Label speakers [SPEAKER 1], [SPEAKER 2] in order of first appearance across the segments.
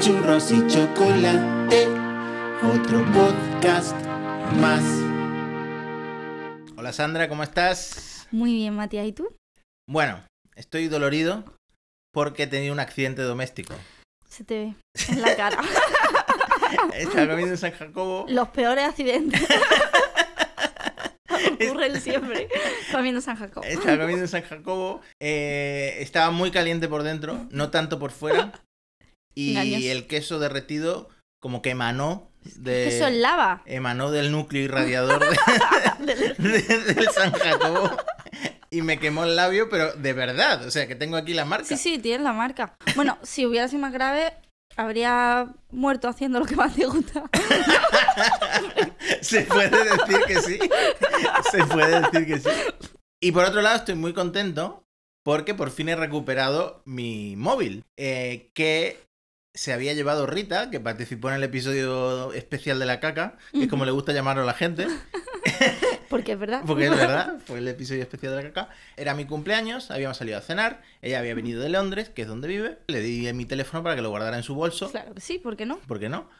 [SPEAKER 1] churros y chocolate. Otro podcast más. Hola Sandra, ¿cómo estás?
[SPEAKER 2] Muy bien, Matías, ¿y tú?
[SPEAKER 1] Bueno, estoy dolorido porque he tenido un accidente doméstico.
[SPEAKER 2] Se te ve en la cara.
[SPEAKER 1] Estaba comiendo en San Jacobo.
[SPEAKER 2] Los peores accidentes ocurren siempre comiendo San Jacob.
[SPEAKER 1] Estaba comiendo en San Jacobo. eh, estaba muy caliente por dentro, no tanto por fuera. Y
[SPEAKER 2] Engaños.
[SPEAKER 1] el queso derretido como que emanó de...
[SPEAKER 2] Eso es lava.
[SPEAKER 1] Emanó del núcleo irradiador de- de- del San Jacobo. Y me quemó el labio, pero de verdad. O sea, que tengo aquí la marca.
[SPEAKER 2] Sí, sí, tienes la marca. Bueno, si hubiera sido más grave, habría muerto haciendo lo que más te gusta.
[SPEAKER 1] Se puede decir que sí. Se puede decir que sí. Y por otro lado, estoy muy contento porque por fin he recuperado mi móvil eh, que se había llevado Rita, que participó en el episodio especial de la caca, que es como le gusta llamarlo a la gente,
[SPEAKER 2] Porque es verdad.
[SPEAKER 1] porque es verdad, fue el episodio especial de la caca. Era mi cumpleaños, habíamos salido a cenar, ella había venido de Londres, que es donde vive, le di mi teléfono para que lo guardara en su bolso.
[SPEAKER 2] Claro que sí, ¿por qué no?
[SPEAKER 1] ¿por qué no?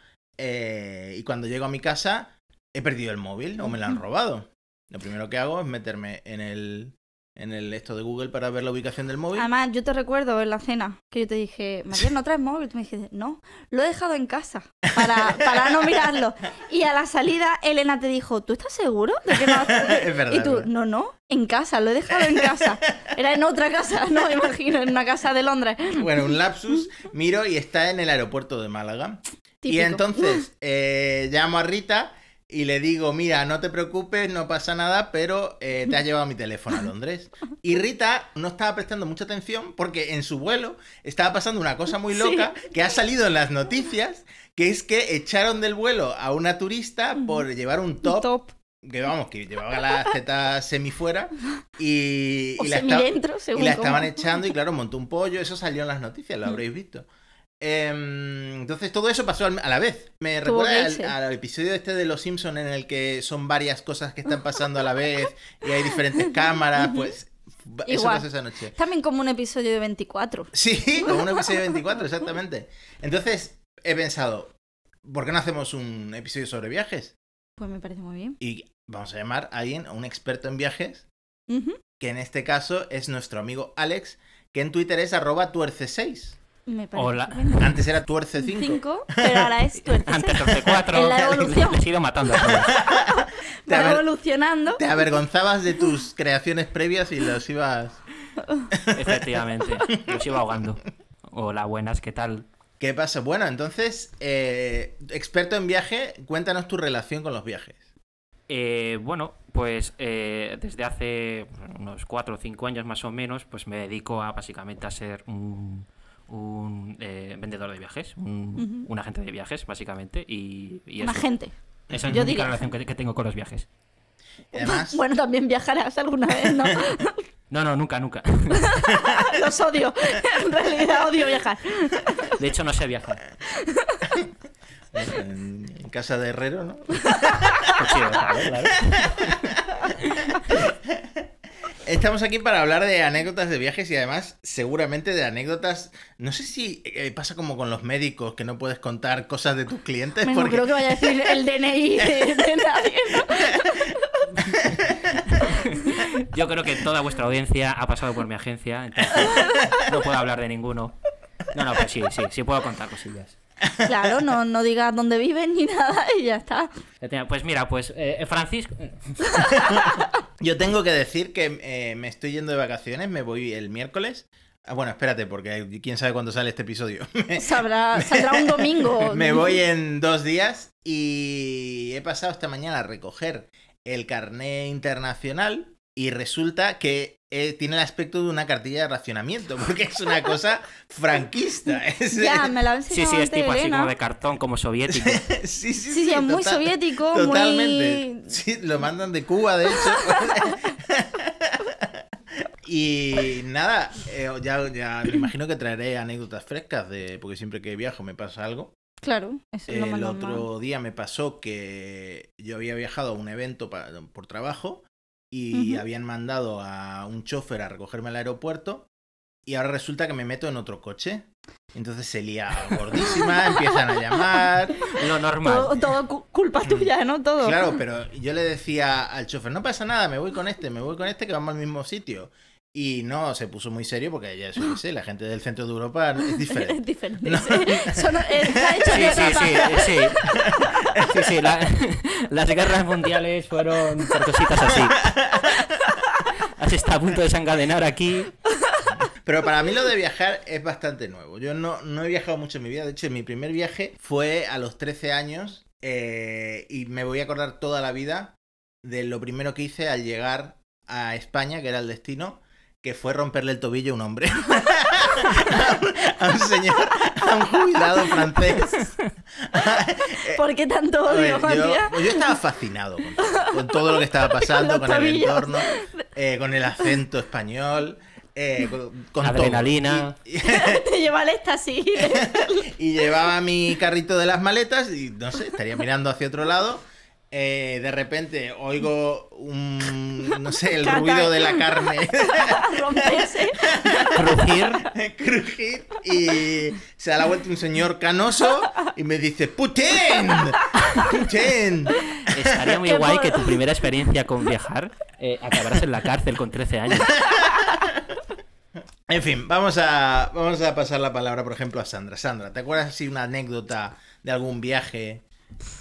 [SPEAKER 1] Eh, y cuando llego a mi casa, he perdido el móvil o me lo han robado. Lo primero que hago es meterme en el, en el esto de Google para ver la ubicación del móvil.
[SPEAKER 2] Además, yo te recuerdo en la cena que yo te dije, Matías, ¿no traes móvil? Tú me dijiste, no, lo he dejado en casa para, para no mirarlo. Y a la salida, Elena te dijo, ¿tú estás seguro de que no has-?"
[SPEAKER 1] Es verdad,
[SPEAKER 2] Y
[SPEAKER 1] es
[SPEAKER 2] tú,
[SPEAKER 1] verdad.
[SPEAKER 2] no, no, en casa, lo he dejado en casa. Era en otra casa, no me imagino, en una casa de Londres.
[SPEAKER 1] Bueno, un lapsus, miro y está en el aeropuerto de Málaga. Y
[SPEAKER 2] Típico.
[SPEAKER 1] entonces eh, llamo a Rita y le digo, mira, no te preocupes, no pasa nada, pero eh, te has llevado mi teléfono a Londres. Y Rita no estaba prestando mucha atención porque en su vuelo estaba pasando una cosa muy loca que ha salido en las noticias, que es que echaron del vuelo a una turista por llevar un top,
[SPEAKER 2] Top.
[SPEAKER 1] que vamos, que llevaba la teta semifuera y,
[SPEAKER 2] O
[SPEAKER 1] y la esta-
[SPEAKER 2] semidentro, según
[SPEAKER 1] y la
[SPEAKER 2] cómo.
[SPEAKER 1] estaban echando y claro, montó un pollo, eso salió en las noticias, lo habréis visto. Em, entonces todo eso pasó al- a la vez. Me
[SPEAKER 2] Tuvo que
[SPEAKER 1] recuerda al,
[SPEAKER 2] irse.
[SPEAKER 1] al episodio este de Los Simpson en el que son varias cosas que están pasando a la vez y hay diferentes cámaras, pues va- eso
[SPEAKER 2] Igual.
[SPEAKER 1] pasó esa noche.
[SPEAKER 2] También como un episodio de 24.
[SPEAKER 1] Sí, como un episodio 24, exactamente. Entonces he pensado, ¿por qué no hacemos un episodio sobre viajes?
[SPEAKER 2] Pues me parece muy bien.
[SPEAKER 1] Y vamos a llamar a alguien, a un experto en viajes,
[SPEAKER 2] Ujú.
[SPEAKER 1] que en este caso es nuestro amigo Alex, que en Twitter es arroba tuerce6.
[SPEAKER 2] Me parece
[SPEAKER 3] Hola.
[SPEAKER 2] estupendo.
[SPEAKER 1] Antes era tuerce 5.
[SPEAKER 2] Cinco, pero ahora es tuerce
[SPEAKER 3] Antes
[SPEAKER 2] seis.
[SPEAKER 3] de cuatro.
[SPEAKER 2] En la evolución.
[SPEAKER 3] Les he ido matando a todos.
[SPEAKER 1] Te,
[SPEAKER 2] Va
[SPEAKER 1] aver-
[SPEAKER 2] evolucionando.
[SPEAKER 1] te avergonzabas de tus creaciones previas y los ibas.
[SPEAKER 3] Efectivamente. Los iba ahogando. Hola, buenas, ¿qué tal?
[SPEAKER 1] ¿Qué pasa? Bueno, entonces, eh, experto en viaje, cuéntanos tu relación con los viajes.
[SPEAKER 3] Eh, bueno, pues eh, desde hace unos cuatro o cinco años más o menos, pues me dedico a básicamente a ser un, un, eh, vendedor de viajes, un, un agente de viajes, básicamente. Y, y
[SPEAKER 2] Un
[SPEAKER 3] eso.
[SPEAKER 2] agente.
[SPEAKER 3] Esa
[SPEAKER 2] Yo
[SPEAKER 3] es la única
[SPEAKER 2] diría
[SPEAKER 3] relación que, que tengo con los viajes.
[SPEAKER 1] Y Además,
[SPEAKER 2] Bueno, también viajarás alguna vez, ¿no?
[SPEAKER 3] No, no, nunca, nunca.
[SPEAKER 2] Los odio. En realidad odio viajar.
[SPEAKER 3] De hecho, no sé viajar.
[SPEAKER 1] en, en casa de Herrero, ¿no?
[SPEAKER 3] Pues sí, claro, claro.
[SPEAKER 1] Estamos aquí para hablar de anécdotas de viajes y además, seguramente de anécdotas. No sé si eh, pasa como con los médicos, que no puedes contar cosas de tus clientes
[SPEAKER 2] Menos
[SPEAKER 1] porque.
[SPEAKER 2] creo que vaya a decir el DNI de, de nadie.
[SPEAKER 3] Yo creo que toda vuestra audiencia ha pasado por mi agencia, entonces no puedo hablar de ninguno. No, no, pero sí, sí, sí puedo contar cosillas.
[SPEAKER 2] Claro, no, no digas dónde viven ni nada y ya está.
[SPEAKER 3] Ya tenía- Pues mira, pues eh, Francisco...
[SPEAKER 1] Yo tengo que decir que eh, me estoy yendo de vacaciones, me voy el miércoles. Ah, bueno, espérate, porque quién sabe cuándo sale este episodio.
[SPEAKER 2] Sabrá, saldrá un domingo.
[SPEAKER 1] me voy en dos días y he pasado esta mañana a recoger el carné internacional y resulta que eh, tiene el aspecto de una cartilla de racionamiento, porque es una cosa franquista. Es-
[SPEAKER 2] Ya, me la han
[SPEAKER 3] Sí,
[SPEAKER 2] enseñado
[SPEAKER 3] sí, es
[SPEAKER 2] antes
[SPEAKER 3] tipo así
[SPEAKER 2] Elena.
[SPEAKER 3] como de cartón, como soviético.
[SPEAKER 1] sí, sí,
[SPEAKER 2] Sí, sí, es muy
[SPEAKER 1] total-
[SPEAKER 2] soviético, muy-
[SPEAKER 1] Totalmente. Sí, lo mandan de Cuba, de hecho. y nada, eh, ya, ya me imagino que traeré anécdotas frescas, de porque siempre que viajo me pasa algo.
[SPEAKER 2] Claro, eso es lo más
[SPEAKER 1] El
[SPEAKER 2] normal.
[SPEAKER 1] otro día me pasó que yo había viajado a un evento pa- por trabajo y
[SPEAKER 2] Ujú.
[SPEAKER 1] habían mandado a un chofer a recogerme al aeropuerto y ahora resulta que me meto en otro coche. Entonces se lía gordísima, empiezan a llamar.
[SPEAKER 3] Lo normal.
[SPEAKER 2] Todo, todo cu- culpa tuya, ¿no? Todo.
[SPEAKER 1] Mm. Claro, pero yo le decía al chofer, no pasa nada, me voy con este, me voy con este que vamos al mismo sitio. Y no, se puso muy serio porque ya eso sé, la gente del centro de Europa es
[SPEAKER 2] Es
[SPEAKER 1] diferente.
[SPEAKER 2] diferente.
[SPEAKER 1] No.
[SPEAKER 2] sí. Son- está hecho
[SPEAKER 3] Sí,
[SPEAKER 2] de
[SPEAKER 3] sí,
[SPEAKER 2] otra
[SPEAKER 3] sí,
[SPEAKER 2] pa-
[SPEAKER 3] sí. Sí, sí, la- las guerras mundiales fueron por cositas así. Has estado a punto de desencadenar aquí.
[SPEAKER 1] Pero para mí lo de viajar es bastante nuevo. Yo no, no he viajado mucho en mi vida. De hecho, mi primer viaje fue a los 13 años eh, y me voy a acordar toda la vida de lo primero que hice al llegar a España, que era el destino, que fue romperle el tobillo a un hombre. a, un, a un señor, a un jubilado francés.
[SPEAKER 2] ¿Por qué tanto
[SPEAKER 1] A
[SPEAKER 2] odio,
[SPEAKER 1] ver, yo, pues
[SPEAKER 2] Matías?
[SPEAKER 1] yo estaba fascinado con, con todo lo que estaba pasando,
[SPEAKER 2] los
[SPEAKER 1] con, el
[SPEAKER 2] tobillos.
[SPEAKER 1] entorno, eh, con el acento español, eh, con, con todo.
[SPEAKER 3] Adrenalina.
[SPEAKER 1] Y,
[SPEAKER 2] Te lleva al éxtasis.
[SPEAKER 1] y llevaba mi carrito de las maletas y no sé, estaría mirando hacia otro lado. eh, de repente oigo un, no sé, el
[SPEAKER 2] Cata.
[SPEAKER 1] ruido de la carne
[SPEAKER 2] a romperse.
[SPEAKER 3] Crujir.
[SPEAKER 1] crujir y se da la vuelta un señor canoso y me dice ¡Putin! ¡Putin!
[SPEAKER 3] Estaría muy
[SPEAKER 2] Qué
[SPEAKER 3] guay
[SPEAKER 2] mono.
[SPEAKER 3] que tu primera experiencia con viajar eh, acabaras en la cárcel con 13 años.
[SPEAKER 1] En fin, vamos a, vamos a pasar la palabra, por ejemplo, a Sandra. Sandra, ¿te acuerdas así una anécdota de algún viaje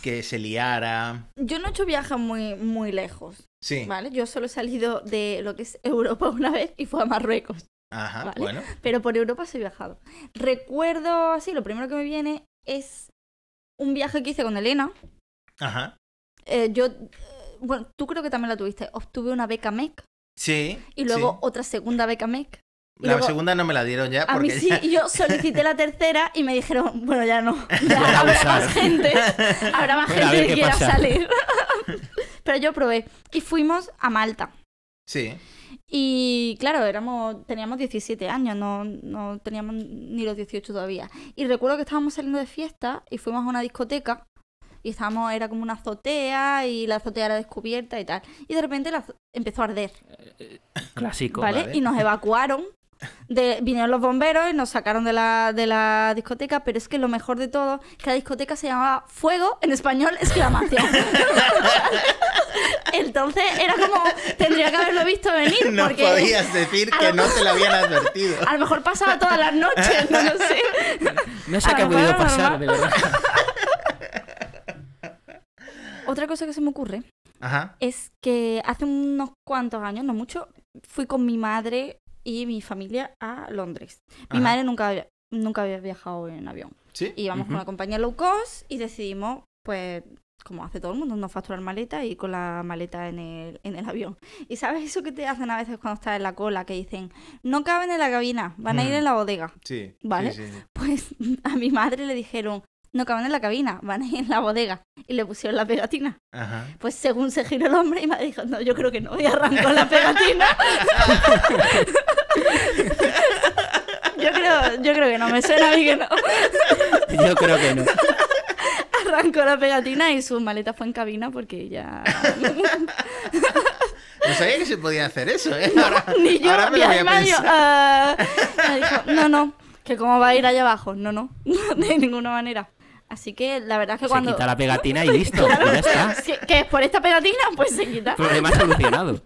[SPEAKER 1] que se liara?
[SPEAKER 2] Yo no he hecho viajes muy, muy lejos,
[SPEAKER 1] Sí.
[SPEAKER 2] ¿vale? Yo solo he salido de lo que es Europa una vez y fue a Marruecos.
[SPEAKER 1] Ajá,
[SPEAKER 2] Vale.
[SPEAKER 1] bueno.
[SPEAKER 2] Pero por Europa sí he viajado. Recuerdo, así, lo primero que me viene es un viaje que hice con Elena.
[SPEAKER 1] Ajá.
[SPEAKER 2] Eh, yo, eh, bueno, tú creo que también la tuviste. Obtuve una beca MEC
[SPEAKER 1] Sí.
[SPEAKER 2] y luego
[SPEAKER 1] sí.
[SPEAKER 2] otra segunda beca MEC. y
[SPEAKER 1] La
[SPEAKER 2] luego-
[SPEAKER 1] segunda no me la dieron ya
[SPEAKER 2] A mí
[SPEAKER 1] porque
[SPEAKER 2] sí,
[SPEAKER 1] ya-
[SPEAKER 2] y yo solicité la tercera y me dijeron, bueno, ya no, ya
[SPEAKER 3] Voy a
[SPEAKER 2] habrá
[SPEAKER 3] abusar.
[SPEAKER 2] más gente, habrá más
[SPEAKER 3] Bueno, a
[SPEAKER 2] gente
[SPEAKER 3] ver
[SPEAKER 2] que
[SPEAKER 3] qué
[SPEAKER 2] quiera
[SPEAKER 3] pasa.
[SPEAKER 2] salir. Pero yo probé y fuimos a Malta.
[SPEAKER 1] sí.
[SPEAKER 2] Y claro, éramos, teníamos 17 años, no, no teníamos ni los 18 todavía. Y recuerdo que estábamos saliendo de fiesta y fuimos a una discoteca y estábamos, era como una azotea y la azotea era descubierta y tal. Y de repente la azo- empezó a arder.
[SPEAKER 3] Clásico.
[SPEAKER 2] ¿vale?
[SPEAKER 1] vale.
[SPEAKER 2] Y nos evacuaron. De, vinieron los bomberos y nos sacaron de la, de la discoteca, pero es que lo mejor de todo, que la discoteca se llamaba Fuego, en español, exclamación. Entonces era como, tendría que haberlo visto venir,
[SPEAKER 1] No
[SPEAKER 2] porque
[SPEAKER 1] podías decir
[SPEAKER 2] a
[SPEAKER 1] que
[SPEAKER 2] lo-
[SPEAKER 1] no te la habían advertido.
[SPEAKER 2] a lo mejor pasaba todas las noches, no lo sé.
[SPEAKER 3] No sé
[SPEAKER 2] A
[SPEAKER 3] qué ha
[SPEAKER 2] lo
[SPEAKER 3] podido
[SPEAKER 2] mejor era
[SPEAKER 3] pasar, de verdad.
[SPEAKER 2] Otra cosa que se me ocurre
[SPEAKER 1] Ajá.
[SPEAKER 2] es que hace unos cuantos años, no mucho, fui con mi madre y mi familia a Londres. Mi
[SPEAKER 1] Ajá.
[SPEAKER 2] madre nunca había- nunca había viajado en avión.
[SPEAKER 1] Sí.
[SPEAKER 2] íbamos con
[SPEAKER 3] Ujú.
[SPEAKER 2] la compañía low cost y decidimos, pues, como hace todo el mundo, no facturar maleta y con la maleta en el, en el avión. ¿Y sabes eso que te hacen a veces cuando estás en la cola? Que dicen, no caben en la cabina, van a ir
[SPEAKER 1] Mm.
[SPEAKER 2] en la bodega.
[SPEAKER 1] Sí.
[SPEAKER 2] Vale.
[SPEAKER 1] sí, sí.
[SPEAKER 2] Pues a mi madre le dijeron, no caben en la cabina, van a ir en la bodega. Y le pusieron la pegatina.
[SPEAKER 1] Ajá.
[SPEAKER 2] Pues según se giró el hombre, y me dijo, no, yo creo que no, y arrancó la pegatina. yo, creo, yo creo que no, me suena a mí que no.
[SPEAKER 3] Yo creo que no.
[SPEAKER 2] arrancó la pegatina y su maleta fue en cabina porque ya
[SPEAKER 1] No sabía que se podía hacer eso, ¿eh? Ahora,
[SPEAKER 2] ni yo
[SPEAKER 1] ahora me
[SPEAKER 2] ni
[SPEAKER 1] lo voy a
[SPEAKER 2] además yo,
[SPEAKER 1] pensar.
[SPEAKER 2] ah, me dijo, no no que cómo va a ir allá abajo no no de ninguna manera así que la verdad es que
[SPEAKER 3] Se
[SPEAKER 2] cuando
[SPEAKER 3] quita la pegatina y listo. y ya está.
[SPEAKER 2] que, que es por esta pegatina pues se quita
[SPEAKER 3] Problema solucionado.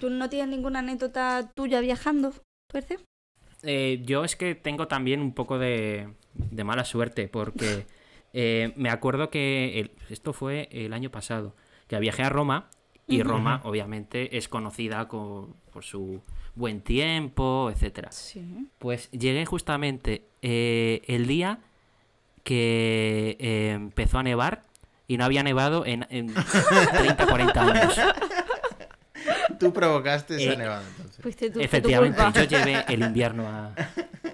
[SPEAKER 2] tú no tienes ninguna anécdota tuya viajando Tuerce?
[SPEAKER 3] Eh, yo es que tengo también un poco de, de mala suerte porque eh, me acuerdo que el- esto fue el año pasado, que viajé a Roma y Roma obviamente es conocida co- por su buen tiempo, etcétera.
[SPEAKER 2] sí
[SPEAKER 3] Pues llegué justamente eh, el día que eh, empezó a nevar y no había nevado en, en 30, 40 años.
[SPEAKER 1] Tú provocaste esa
[SPEAKER 3] Eh,
[SPEAKER 1] nevada, entonces.
[SPEAKER 2] fuiste tú fue tu
[SPEAKER 3] Efectivamente,
[SPEAKER 2] culpa
[SPEAKER 3] yo llevé el invierno a,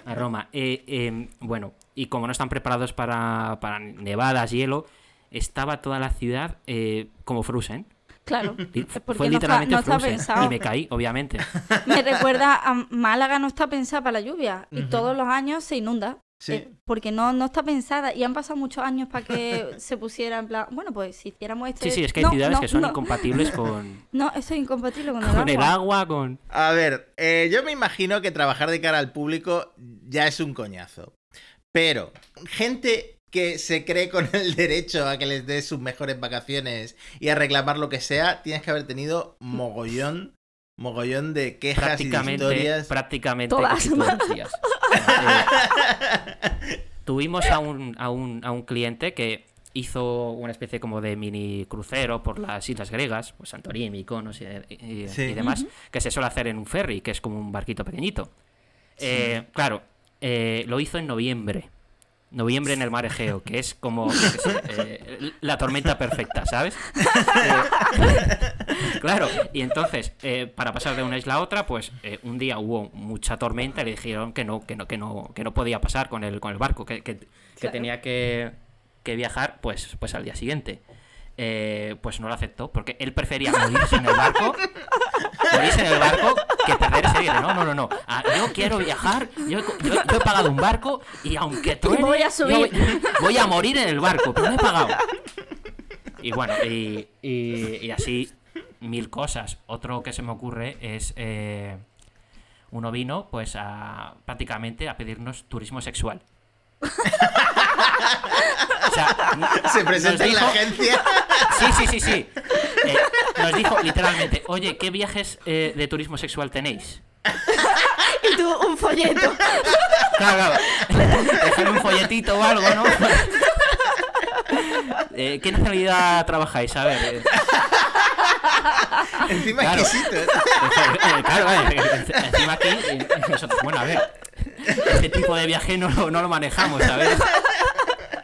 [SPEAKER 3] a Roma. Eh, eh, bueno, y como no están preparados para, para nevadas, hielo, estaba toda la ciudad eh, como Frozen.
[SPEAKER 2] claro
[SPEAKER 3] Li-
[SPEAKER 2] porque
[SPEAKER 3] Fue
[SPEAKER 2] no
[SPEAKER 3] literalmente
[SPEAKER 2] está- no está
[SPEAKER 3] Frozen.
[SPEAKER 2] pensado.
[SPEAKER 3] Y me caí, obviamente.
[SPEAKER 2] me recuerda a Málaga no está pensada para la lluvia y todos los años se inunda
[SPEAKER 1] Sí.
[SPEAKER 2] Eh, porque no, no está pensada y han pasado muchos años para que se pusiera en plan, bueno, pues si hiciéramos esto...
[SPEAKER 3] Sí, sí, es que hay
[SPEAKER 2] No,
[SPEAKER 3] ciudades
[SPEAKER 2] no,
[SPEAKER 3] que son
[SPEAKER 2] no,
[SPEAKER 3] incompatibles con,
[SPEAKER 2] No, eso es incompatible con,
[SPEAKER 3] con
[SPEAKER 2] el
[SPEAKER 3] el
[SPEAKER 2] agua.
[SPEAKER 3] agua, con...
[SPEAKER 1] A ver, eh, yo me imagino que trabajar de cara al público ya es un coñazo. Pero, gente que se cree con el derecho a que les dé sus mejores vacaciones y a reclamar lo que sea, tienes que haber tenido mogollón, mogollón de quejas y de
[SPEAKER 3] prácticamente,
[SPEAKER 1] historias.
[SPEAKER 3] prácticamente
[SPEAKER 2] Todas.
[SPEAKER 3] casi todos los días. Eh, tuvimos a un, a, un, a un cliente que hizo una especie como de mini crucero por las islas griegas, pues Santorini, Mykonos y, y-
[SPEAKER 1] Sí.
[SPEAKER 3] y demás, que se suele hacer en un ferry, que es como un barquito pequeñito. Eh, claro, eh, lo hizo en noviembre. Noviembre en el mar Egeo, que es como yo qué sé, eh, la tormenta perfecta, ¿sabes? Eh, claro, y entonces, eh, para pasar de una isla a otra, pues eh, un día hubo mucha tormenta y le dijeron que no, que no, que no, que no podía pasar con el, con el barco, que, que- que
[SPEAKER 2] Claro.
[SPEAKER 3] tenía que, que viajar pues, pues al día siguiente. Eh, pues no lo aceptó, porque él prefería morirse en el barco morirse en el barco que perder ese dinero. No, no, no, no. Ah, yo quiero viajar, yo, yo- yo he pagado un barco y aunque truene,
[SPEAKER 2] voy a
[SPEAKER 3] yo
[SPEAKER 2] subir.
[SPEAKER 3] voy- voy a morir en el barco, pero no he pagado. Y bueno, y, y- y así mil cosas. Otro que se me ocurre es... eh, uno vino pues a prácticamente a pedirnos turismo sexual. O sea,
[SPEAKER 1] Se presenta
[SPEAKER 3] nos
[SPEAKER 1] en la
[SPEAKER 3] dijo-
[SPEAKER 1] agencia.
[SPEAKER 3] Sí, sí, sí, sí. Eh, nos dijo literalmente, oye, ¿qué viajes eh, de turismo sexual tenéis?
[SPEAKER 2] Y tú, un folleto.
[SPEAKER 3] Claro, claro. Dejadme un folletito o algo, ¿no? Eh, ¿Qué nacionalidad trabajáis? A ver. eh,
[SPEAKER 1] Encima
[SPEAKER 3] Claro.
[SPEAKER 1] exquisito. ¿eh?
[SPEAKER 3] eh, claro, eh, eh, encima aquí, eh, nosotros, bueno, a ver. Este tipo de viaje no, lo- no lo manejamos, ¿sabes?
[SPEAKER 2] A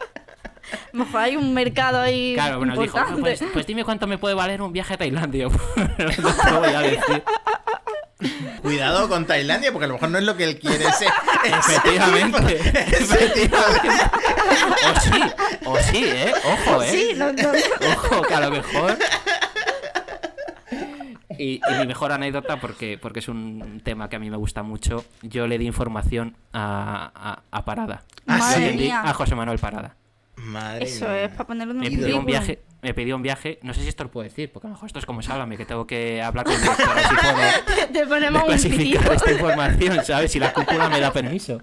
[SPEAKER 2] lo mejor hay un mercado ahí
[SPEAKER 3] Claro, nos dijo,
[SPEAKER 2] importante.
[SPEAKER 3] "Ah, pues, pues dime cuánto me puede valer un viaje a Tailandia. No te lo voy a decir.
[SPEAKER 1] Cuidado con Tailandia, porque a lo mejor no es lo que él quiere. Ese, ese
[SPEAKER 3] Efectivamente.
[SPEAKER 1] tipo- ese tipo de-
[SPEAKER 3] O sí, o sí, ¿eh? Ojo, ¿eh?
[SPEAKER 2] Sí, no, no.
[SPEAKER 3] Ojo, que a lo mejor. Y, y mi mejor anécdota, porque, porque es un tema que a mí me gusta mucho, yo le di información a, a- a Parada.
[SPEAKER 1] Ah,
[SPEAKER 2] Madre
[SPEAKER 1] ¿sí?
[SPEAKER 3] Le di
[SPEAKER 2] mía.
[SPEAKER 3] a José Manuel Parada.
[SPEAKER 1] Madre
[SPEAKER 2] Eso
[SPEAKER 1] mía.
[SPEAKER 2] es para ponerlo en un
[SPEAKER 3] Me
[SPEAKER 1] Ídolo.
[SPEAKER 3] pidió un
[SPEAKER 2] currículum.
[SPEAKER 3] viaje, me pidió un viaje, no sé si esto lo puedo decir, porque a lo mejor esto es como Sálvame, que tengo que hablar con el director así puedo
[SPEAKER 2] Te- Te ponemos un pitido.
[SPEAKER 3] clasificar esta información, ¿sabes? Si la cúpula me da permiso.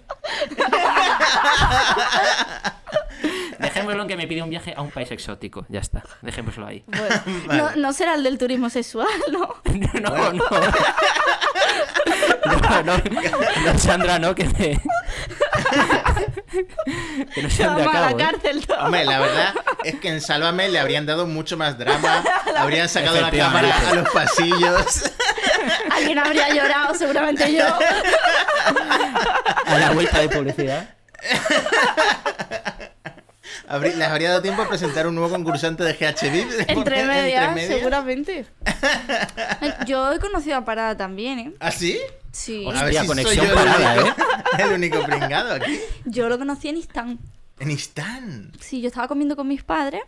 [SPEAKER 3] Dejémoslo en que me pidió un viaje a un país exótico, ya está, dejémoslo ahí.
[SPEAKER 2] Bueno,
[SPEAKER 1] Vale.
[SPEAKER 2] no, no será el del turismo sexual, ¿no?
[SPEAKER 3] No, no. No, no, no, Sandra, no, que me. Que no se ande
[SPEAKER 2] Vamos
[SPEAKER 3] a
[SPEAKER 2] a la
[SPEAKER 3] cabo. ¿eh?
[SPEAKER 2] cárcel todo.
[SPEAKER 1] Hombre, la verdad es que en Sálvame le habrían dado mucho más drama, habrían sacado la cámara a los pasillos.
[SPEAKER 2] Alguien habría llorado, seguramente yo.
[SPEAKER 3] A la vuelta de publicidad.
[SPEAKER 1] Habrí- les habría dado tiempo a presentar un nuevo concursante de GHB.
[SPEAKER 2] Entre medias, seguramente. Ay, Yo he conocido a Parada también, ¿eh?
[SPEAKER 1] ¿Ah, sí?
[SPEAKER 2] Sí.
[SPEAKER 1] A ver
[SPEAKER 3] Hostia,
[SPEAKER 1] si
[SPEAKER 3] conexión
[SPEAKER 1] soy yo
[SPEAKER 3] parada, ¿eh?
[SPEAKER 1] el único, el único pringado aquí.
[SPEAKER 2] Yo lo conocí en Istán.
[SPEAKER 1] En Istán.
[SPEAKER 2] Sí, yo estaba comiendo con mis padres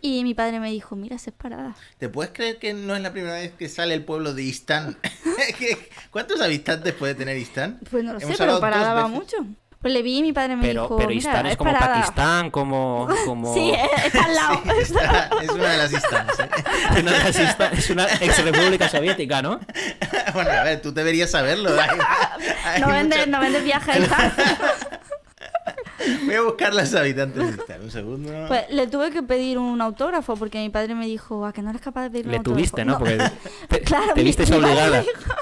[SPEAKER 2] y mi padre me dijo, mira, esa es Parada.
[SPEAKER 1] ¿Te puedes creer que no es la primera vez que sale el pueblo de Istán? ¿Qué- ¿Cuántos habitantes puede tener Istán?
[SPEAKER 2] Pues no lo sé,
[SPEAKER 1] Hemos
[SPEAKER 2] pero
[SPEAKER 1] hablado dos
[SPEAKER 2] Parada va
[SPEAKER 1] veces.
[SPEAKER 2] mucho. Pues le vi y mi padre me
[SPEAKER 3] Pero,
[SPEAKER 2] dijo,
[SPEAKER 3] pero
[SPEAKER 2] mira,
[SPEAKER 3] Istán es como
[SPEAKER 2] Parada.
[SPEAKER 3] Pakistán, como. como...
[SPEAKER 2] Sí, eh, está al lado.
[SPEAKER 1] Está- es una de las Istans. ¿eh?
[SPEAKER 3] Una de las Istán- es una ex república soviética, ¿no?
[SPEAKER 1] Bueno, a ver, tú deberías saberlo. Hay- hay
[SPEAKER 2] No
[SPEAKER 1] mucha-
[SPEAKER 2] vendes no vende viajes a Istán.
[SPEAKER 1] Voy a buscar las habitantes de Istán. Un segundo.
[SPEAKER 2] Pues le tuve que pedir un autógrafo porque mi padre me dijo, ¿a que no eres capaz de pedir un
[SPEAKER 3] Le
[SPEAKER 2] autógrafo?
[SPEAKER 3] tuviste, ¿no? Porque te,
[SPEAKER 2] Claro,
[SPEAKER 3] te
[SPEAKER 2] mi-
[SPEAKER 3] vistes
[SPEAKER 2] mi padre
[SPEAKER 3] obligada.
[SPEAKER 2] dijo-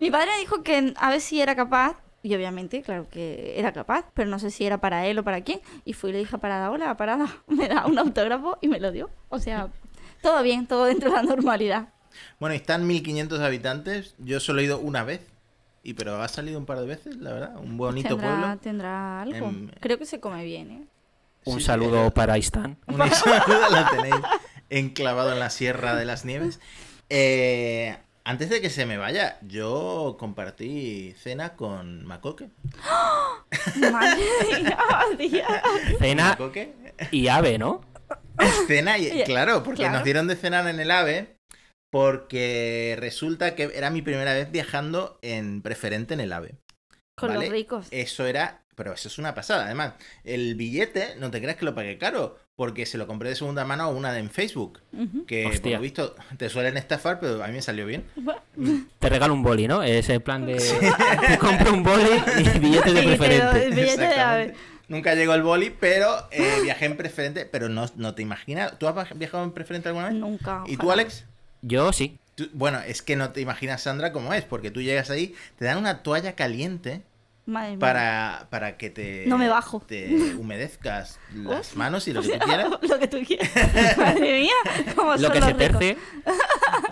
[SPEAKER 2] mi padre dijo que a ver si era capaz, y obviamente, claro que era capaz, pero no sé si era para él o para quién. Y fui y le dije a Parada, hola, Parada, me da un autógrafo y me lo dio. O sea, todo bien, todo dentro de la normalidad.
[SPEAKER 1] Bueno, están 1500 habitantes. Yo solo he ido una vez. Y pero ha salido un par de veces, la verdad. Un bonito
[SPEAKER 2] tendrá,
[SPEAKER 1] pueblo.
[SPEAKER 2] tendrá algo.
[SPEAKER 1] Em,
[SPEAKER 2] Creo que se come bien, ¿eh?
[SPEAKER 3] Un
[SPEAKER 1] Sí,
[SPEAKER 3] saludo
[SPEAKER 1] eh,
[SPEAKER 3] para Istán.
[SPEAKER 1] Una isla la tenéis enclavado en la Sierra de las Nieves. Eh, antes de que se me vaya, yo compartí cena con Macoque.
[SPEAKER 2] Madre mía, tía.
[SPEAKER 3] Cena
[SPEAKER 1] Macoque.
[SPEAKER 3] y ave, ¿no?
[SPEAKER 1] Cena, y,
[SPEAKER 2] Ya,
[SPEAKER 1] claro, porque
[SPEAKER 2] claro.
[SPEAKER 1] nos dieron de cenar en el AVE. Porque resulta que era mi primera vez viajando en preferente en el AVE.
[SPEAKER 2] Con
[SPEAKER 1] Vale. Eh,
[SPEAKER 2] los ricos.
[SPEAKER 1] Eso era Pero eso es una pasada. Además, el billete, no te creas que lo pagué caro, porque se lo compré de segunda mano a una de en Facebook.
[SPEAKER 2] Ujú.
[SPEAKER 1] Que por
[SPEAKER 3] Hostia.
[SPEAKER 1] lo visto te suelen estafar, pero a mí me salió bien.
[SPEAKER 3] Te regalo un boli, ¿no? Es el plan de. Te compro un boli y billetes de
[SPEAKER 2] Y te doy
[SPEAKER 3] preferente.
[SPEAKER 2] el billete de ave.
[SPEAKER 1] Exactamente. Nunca llegó el boli, pero eh, viajé en preferente. Pero no, no te imaginas. ¿Tú has viajado en preferente alguna vez?
[SPEAKER 2] Nunca.
[SPEAKER 1] ¿Y tú,
[SPEAKER 2] ojalá.
[SPEAKER 1] Alex?
[SPEAKER 3] Yo sí.
[SPEAKER 1] Tú- bueno, es que no te imaginas, Sandra, cómo es, porque tú llegas ahí, te dan una toalla caliente
[SPEAKER 2] Madre mía.
[SPEAKER 1] para, para que te,
[SPEAKER 2] No me bajo.
[SPEAKER 1] te humedezcas las
[SPEAKER 2] Uf.
[SPEAKER 1] manos y lo que tú quieras,
[SPEAKER 2] lo que tú quieras. Madre mía, como
[SPEAKER 3] Lo
[SPEAKER 2] Pues son
[SPEAKER 3] que
[SPEAKER 2] los
[SPEAKER 3] se
[SPEAKER 2] ricos.
[SPEAKER 3] terce.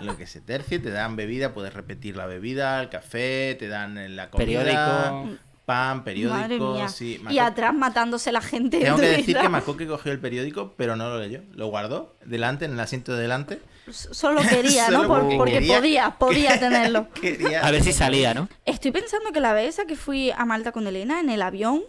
[SPEAKER 1] lo que se tercie, te dan bebida, puedes repetir la bebida, el café, te dan eh, la comida,
[SPEAKER 3] Periódico.
[SPEAKER 1] pan,
[SPEAKER 2] Madre
[SPEAKER 1] periódico,
[SPEAKER 2] mía.
[SPEAKER 1] sí. me
[SPEAKER 2] y
[SPEAKER 1] acuer-
[SPEAKER 2] atrás matándose la gente.
[SPEAKER 1] Tengo que
[SPEAKER 2] en
[SPEAKER 1] decir
[SPEAKER 2] Twitter.
[SPEAKER 1] que Macoque cogió el periódico, pero no lo leyó, lo guardó delante, en el asiento de delante.
[SPEAKER 2] Solo quería,
[SPEAKER 1] Solo
[SPEAKER 2] ¿no? Por-
[SPEAKER 1] porque
[SPEAKER 2] porque
[SPEAKER 1] quería
[SPEAKER 2] podía, podía tenerlo.
[SPEAKER 1] Quería-
[SPEAKER 3] A ver si salía, ¿no?
[SPEAKER 2] Estoy pensando que la vez esa que fui a Malta con Elena en el avión,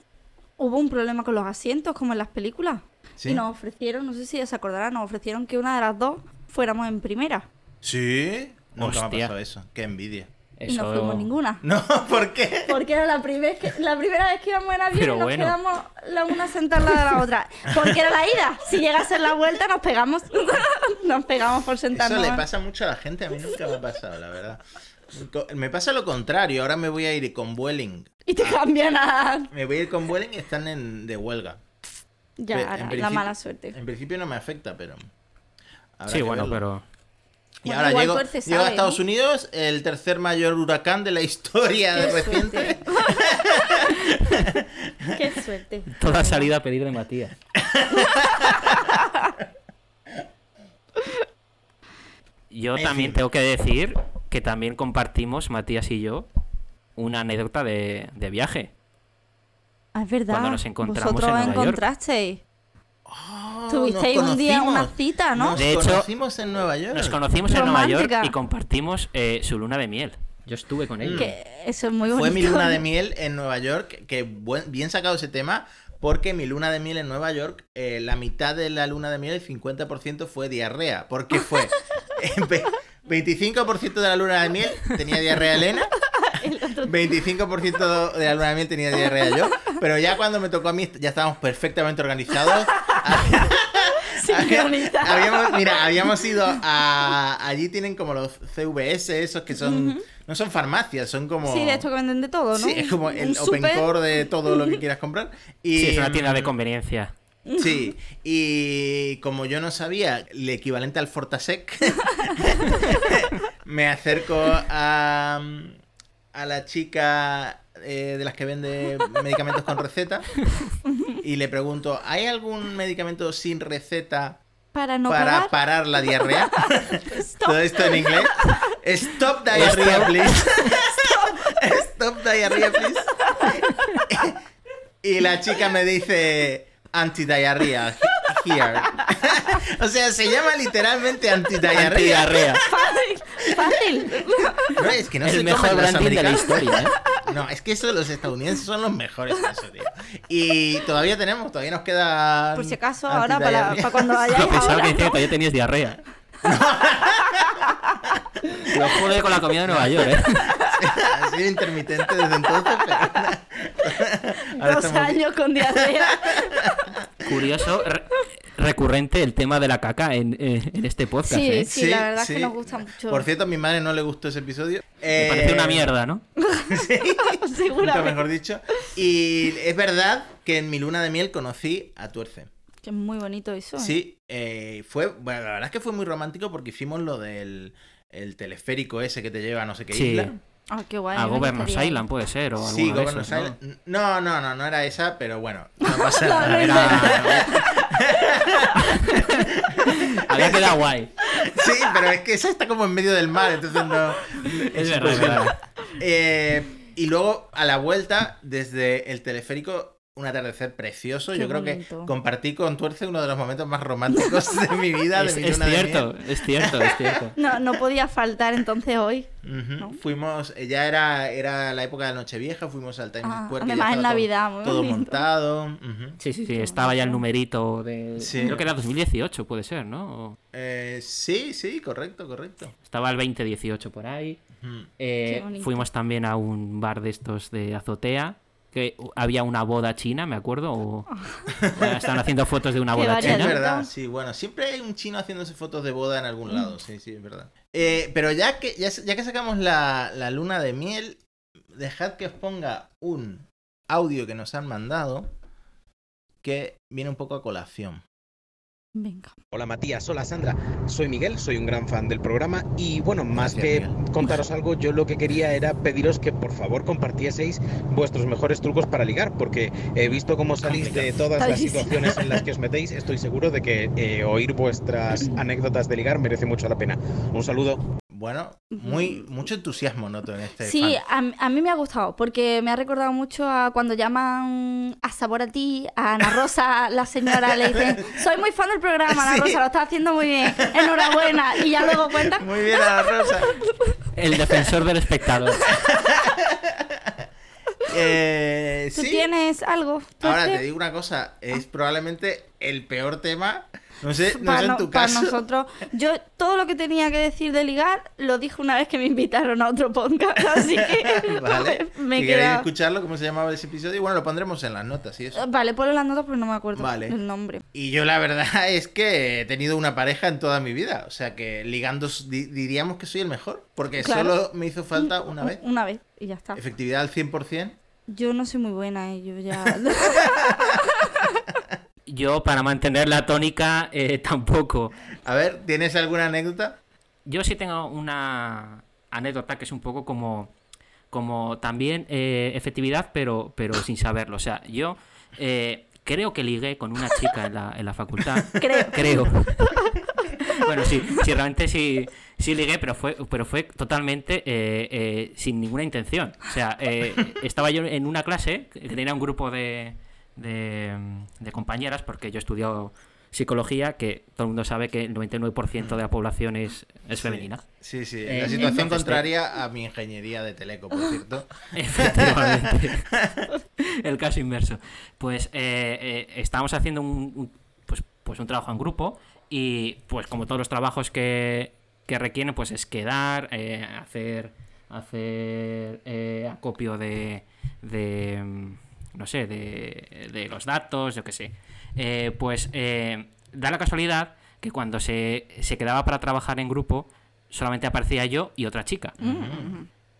[SPEAKER 2] hubo un problema con los asientos, como en las películas.
[SPEAKER 1] ¿Sí?
[SPEAKER 2] Y nos ofrecieron, no sé si ya se acordarán, nos ofrecieron que una de las dos fuéramos en primera.
[SPEAKER 1] Sí, nunca me ha
[SPEAKER 3] Hostia.
[SPEAKER 1] pasado eso, qué envidia.
[SPEAKER 2] Y no fuimos ninguna.
[SPEAKER 1] No, ¿por qué?
[SPEAKER 2] Porque era la, primer que, la primera vez que íbamos en avión
[SPEAKER 3] Pero
[SPEAKER 2] y nos
[SPEAKER 3] bueno.
[SPEAKER 2] quedamos la una sentada al lado de la otra. Porque era la ida. Si llegase la vuelta, nos pegamos. nos pegamos por
[SPEAKER 1] Eso
[SPEAKER 2] sentarnos.
[SPEAKER 1] le pasa mucho a la gente, a mí nunca me ha pasado, la verdad. Co- Me pasa lo contrario, ahora me voy a ir con Vueling.
[SPEAKER 2] Y te cambian a.
[SPEAKER 1] Me voy a ir con Vueling y están en, de huelga.
[SPEAKER 2] Ya,
[SPEAKER 1] Pe-
[SPEAKER 2] ahora,
[SPEAKER 1] en
[SPEAKER 2] la
[SPEAKER 1] principio-
[SPEAKER 2] mala suerte.
[SPEAKER 1] En principio no me afecta, pero... habrá
[SPEAKER 3] Sí,
[SPEAKER 1] que
[SPEAKER 3] bueno,
[SPEAKER 1] verlo.
[SPEAKER 3] pero.
[SPEAKER 1] Y
[SPEAKER 2] Bueno,
[SPEAKER 1] ahora
[SPEAKER 2] igual
[SPEAKER 1] llego,
[SPEAKER 2] tuerce
[SPEAKER 1] llego a
[SPEAKER 2] sabe,
[SPEAKER 1] Estados
[SPEAKER 2] ¿no?
[SPEAKER 1] Unidos, el tercer mayor huracán de la historia
[SPEAKER 2] Qué
[SPEAKER 1] reciente.
[SPEAKER 2] Qué suerte.
[SPEAKER 3] Toda salida a pedir de Matías. Yo
[SPEAKER 1] En
[SPEAKER 3] también
[SPEAKER 1] fin.
[SPEAKER 3] tengo que decir que también compartimos, Matías y yo, una anécdota de, de viaje.
[SPEAKER 2] Ah, Es verdad.
[SPEAKER 3] Cuando nos encontramos
[SPEAKER 2] Vosotros
[SPEAKER 3] en
[SPEAKER 2] os
[SPEAKER 3] Nueva York.
[SPEAKER 2] encontrasteis.
[SPEAKER 1] Oh,
[SPEAKER 2] Tuvisteis
[SPEAKER 1] nos
[SPEAKER 2] un día
[SPEAKER 1] conocimos.
[SPEAKER 2] una cita, ¿no?
[SPEAKER 1] Nos
[SPEAKER 3] De hecho,
[SPEAKER 1] conocimos en Nueva York.
[SPEAKER 3] Nos conocimos en Nueva York
[SPEAKER 2] Romántica.
[SPEAKER 3] y compartimos eh, su luna de miel. Yo estuve con él.
[SPEAKER 2] Que eso es muy bonito.
[SPEAKER 1] Fue mi luna de miel en Nueva York, que buen- bien sacado ese tema, porque mi luna de miel en Nueva York, eh, la mitad de la luna de miel, el 50% fue diarrea, porque fue eh, ve- 25% de la luna de miel tenía diarrea Elena, 25% de la luna de miel tenía diarrea yo, pero ya cuando me tocó a mí ya estábamos perfectamente organizados.
[SPEAKER 2] Sincronizada.
[SPEAKER 1] Habíamos, mira, habíamos ido a... Allí tienen como los CVS, esos que son... No son farmacias, son como...
[SPEAKER 2] Sí, de esto que venden de todo, ¿no?
[SPEAKER 1] Sí, es como
[SPEAKER 2] Un-
[SPEAKER 1] el
[SPEAKER 2] un
[SPEAKER 1] open
[SPEAKER 2] súper.
[SPEAKER 1] core de todo lo que quieras comprar. Y, mm,
[SPEAKER 3] Sí, es una tienda de conveniencia.
[SPEAKER 1] Sí, y como yo no sabía el equivalente al Fortasec, me acerco a, a la chica eh, de las que vende medicamentos con receta y le pregunto, ¿hay algún medicamento sin receta
[SPEAKER 2] Para no
[SPEAKER 1] para
[SPEAKER 2] pagar.
[SPEAKER 1] parar la diarrea?
[SPEAKER 2] Stop.
[SPEAKER 1] Todo esto en inglés. Stop diarrhea, please. Stop diarrhea, please. Y la chica me dice anti-diarrhea he- here. O sea, se llama literalmente anti-diarrhea.
[SPEAKER 3] Diarrea.
[SPEAKER 2] Fácil. Fácil.
[SPEAKER 1] No, es que no se
[SPEAKER 3] el mejor
[SPEAKER 1] comen los
[SPEAKER 3] branding de la
[SPEAKER 1] americanos.
[SPEAKER 3] historia. ¿eh?
[SPEAKER 1] No, es que eso los estadounidenses son los mejores en eso, tío. Y todavía tenemos, todavía nos queda.
[SPEAKER 2] Por si acaso, ahora para, para cuando
[SPEAKER 3] Yo
[SPEAKER 2] vayáis
[SPEAKER 3] pensaba que
[SPEAKER 2] ahora.
[SPEAKER 3] decía que todavía tenías diarrea. Lo jode con la comida de Nueva York, ¿eh?
[SPEAKER 1] Ha sido intermitente desde entonces, pero. Ahora
[SPEAKER 2] Dos
[SPEAKER 1] estamos bien.
[SPEAKER 2] años con diarrea.
[SPEAKER 3] Curioso, re- recurrente el tema de la caca en, eh, en este podcast,
[SPEAKER 2] Sí,
[SPEAKER 3] ¿eh?
[SPEAKER 2] sí. la verdad es que nos gusta mucho.
[SPEAKER 1] Por cierto, a mi madre no le gustó ese episodio.
[SPEAKER 3] Me
[SPEAKER 1] Eh,
[SPEAKER 3] parece una mierda, ¿no?
[SPEAKER 1] Nunca
[SPEAKER 2] Seguramente.
[SPEAKER 1] mejor dicho. Y es verdad que en mi luna de miel conocí a Tuerce.
[SPEAKER 2] Que es muy bonito eso. ¿eh?
[SPEAKER 1] Sí, eh, fue, bueno, la verdad es que fue muy romántico porque hicimos lo del el teleférico ese que te lleva a no sé qué
[SPEAKER 3] Sí.
[SPEAKER 1] isla.
[SPEAKER 2] Ah, qué guay.
[SPEAKER 3] A
[SPEAKER 2] me
[SPEAKER 3] Governors
[SPEAKER 2] gustaría.
[SPEAKER 3] Island puede ser, o
[SPEAKER 1] Sí,
[SPEAKER 3] alguno de
[SPEAKER 1] Governors
[SPEAKER 3] esos, ¿no?
[SPEAKER 1] Island. No, no, no, no era esa, pero bueno, no pasa
[SPEAKER 2] La
[SPEAKER 1] nada.
[SPEAKER 2] verdad.
[SPEAKER 3] Era- Había quedado guay.
[SPEAKER 1] Sí, pero es que esa está como en medio del mar, entonces no.
[SPEAKER 3] Es verdad, es verdad.
[SPEAKER 1] Eh, y luego, a la vuelta, desde el teleférico, un atardecer precioso.
[SPEAKER 2] Qué
[SPEAKER 1] Yo creo
[SPEAKER 2] bonito.
[SPEAKER 1] que compartí con Tuerce uno de los momentos más románticos de mi vida, de
[SPEAKER 3] Es,
[SPEAKER 1] mi
[SPEAKER 3] es
[SPEAKER 1] luna de miel.
[SPEAKER 3] cierto, es cierto, es cierto.
[SPEAKER 2] No, no podía faltar entonces hoy.
[SPEAKER 1] Ujú.
[SPEAKER 2] ¿No?
[SPEAKER 1] Fuimos, eh, ya era, era la época de Nochevieja, fuimos al Times
[SPEAKER 2] Ah,
[SPEAKER 1] Square. que ya
[SPEAKER 2] además en
[SPEAKER 1] estaba todo-
[SPEAKER 2] Navidad, muy
[SPEAKER 1] Todo
[SPEAKER 2] bonito.
[SPEAKER 1] montado. ujú.
[SPEAKER 3] Sí, sí, sí, estaba ya el numerito de...
[SPEAKER 1] Sí.
[SPEAKER 3] Creo que era 2018, puede ser, ¿no? O-
[SPEAKER 1] Eh, sí, sí, correcto, correcto.
[SPEAKER 3] Estaba el 2018 por ahí.
[SPEAKER 1] Ujú.
[SPEAKER 3] Eh,
[SPEAKER 2] Qué bonito.
[SPEAKER 3] fuimos también a un bar de estos de azotea, que había una boda china, me acuerdo, o estaban haciendo fotos de una
[SPEAKER 2] Qué
[SPEAKER 3] boda
[SPEAKER 2] varias.
[SPEAKER 3] china.
[SPEAKER 1] Es verdad,
[SPEAKER 2] Entonces-
[SPEAKER 1] sí, bueno, siempre hay un chino haciéndose fotos de boda en
[SPEAKER 2] Mm.
[SPEAKER 1] algún lado, sí, sí, es verdad. Eh, pero ya que, ya, ya que sacamos la, la luna de miel, dejad que os ponga un audio que nos han mandado que viene un poco a colación.
[SPEAKER 2] Venga.
[SPEAKER 4] Hola Matías, hola Sandra, soy Miguel, soy un gran fan del programa y bueno, más
[SPEAKER 1] Gracias,
[SPEAKER 4] que
[SPEAKER 1] Miguel.
[SPEAKER 4] contaros algo, yo lo que quería era pediros que por favor compartieseis vuestros mejores trucos para ligar, porque he visto cómo salís de todas
[SPEAKER 2] Está
[SPEAKER 4] las
[SPEAKER 2] difícil.
[SPEAKER 4] situaciones en las que os metéis, estoy seguro de que eh, oír vuestras
[SPEAKER 1] Mm.
[SPEAKER 4] anécdotas de ligar merece mucho la pena. Un saludo.
[SPEAKER 1] Bueno, muy, mucho entusiasmo noto en este.
[SPEAKER 2] Sí,
[SPEAKER 1] fan.
[SPEAKER 2] a, m- a mí me ha gustado porque me ha recordado mucho a cuando llaman a Sabor a ti, a Ana Rosa, la señora le dicen, soy muy fan del programa, Ana
[SPEAKER 1] Sí.
[SPEAKER 2] Rosa, lo está haciendo muy bien, enhorabuena, y ya luego cuentan.
[SPEAKER 1] Muy bien, Ana Rosa.
[SPEAKER 3] El defensor del espectador.
[SPEAKER 1] Eh,
[SPEAKER 2] ¿Tú
[SPEAKER 1] sí.
[SPEAKER 2] tienes este algo? ¿Tú
[SPEAKER 1] Ahora
[SPEAKER 2] tienes?
[SPEAKER 1] te digo una cosa, es probablemente el peor tema. No sé, Eh, no
[SPEAKER 2] Para,
[SPEAKER 1] sé en
[SPEAKER 2] no-
[SPEAKER 1] tu
[SPEAKER 2] para
[SPEAKER 1] caso.
[SPEAKER 2] nosotros, yo todo lo que tenía que decir de ligar lo dije una vez que me invitaron a otro podcast, así que
[SPEAKER 1] Vale.
[SPEAKER 2] me
[SPEAKER 1] si queréis
[SPEAKER 2] he quedado- Eh,
[SPEAKER 1] escucharlo, cómo se llamaba ese episodio, y bueno, lo pondremos en las notas y eso.
[SPEAKER 2] Vale, ponlo en las notas porque no me acuerdo
[SPEAKER 1] Vale.
[SPEAKER 2] el nombre.
[SPEAKER 1] Y yo la verdad es que he tenido una pareja en toda mi vida, o sea que ligando di- diríamos que soy el mejor, porque
[SPEAKER 2] Claro.
[SPEAKER 1] solo me hizo falta una vez.
[SPEAKER 2] Una vez y ya está.
[SPEAKER 1] Efectividad al 100%.
[SPEAKER 2] Yo no soy muy buena, eh, yo ya...
[SPEAKER 3] Yo, para mantener la tónica, eh, tampoco.
[SPEAKER 1] A ver, ¿tienes alguna anécdota?
[SPEAKER 3] Yo sí tengo una anécdota que es un poco como, como también eh, efectividad, pero, pero sin saberlo. O sea, yo eh, creo que ligué con una chica en la, en la facultad.
[SPEAKER 2] Creo.
[SPEAKER 3] Creo. Bueno, sí, sí, realmente sí, sí ligué, pero fue, pero fue totalmente eh, eh, sin ninguna intención. O sea, eh, estaba yo en una clase que tenía un grupo de, de, de compañeras, porque yo he estudiado psicología, que todo el mundo sabe que el 99% de la población es, es femenina.
[SPEAKER 1] Sí, sí,
[SPEAKER 3] Eh,
[SPEAKER 1] la situación
[SPEAKER 3] entonces te-
[SPEAKER 1] contraria a mi ingeniería de teleco, por cierto.
[SPEAKER 3] Efectivamente. el caso inverso. Pues eh, eh, estábamos haciendo un, un- pues, pues un trabajo en grupo y pues como todos los trabajos que, que requieren, pues es quedar, eh, hacer, hacer eh, acopio de, de, mm, no sé, de, de los datos, yo qué sé. Eh, pues eh, da la casualidad que cuando se, se quedaba para trabajar en grupo, solamente aparecía yo y otra chica.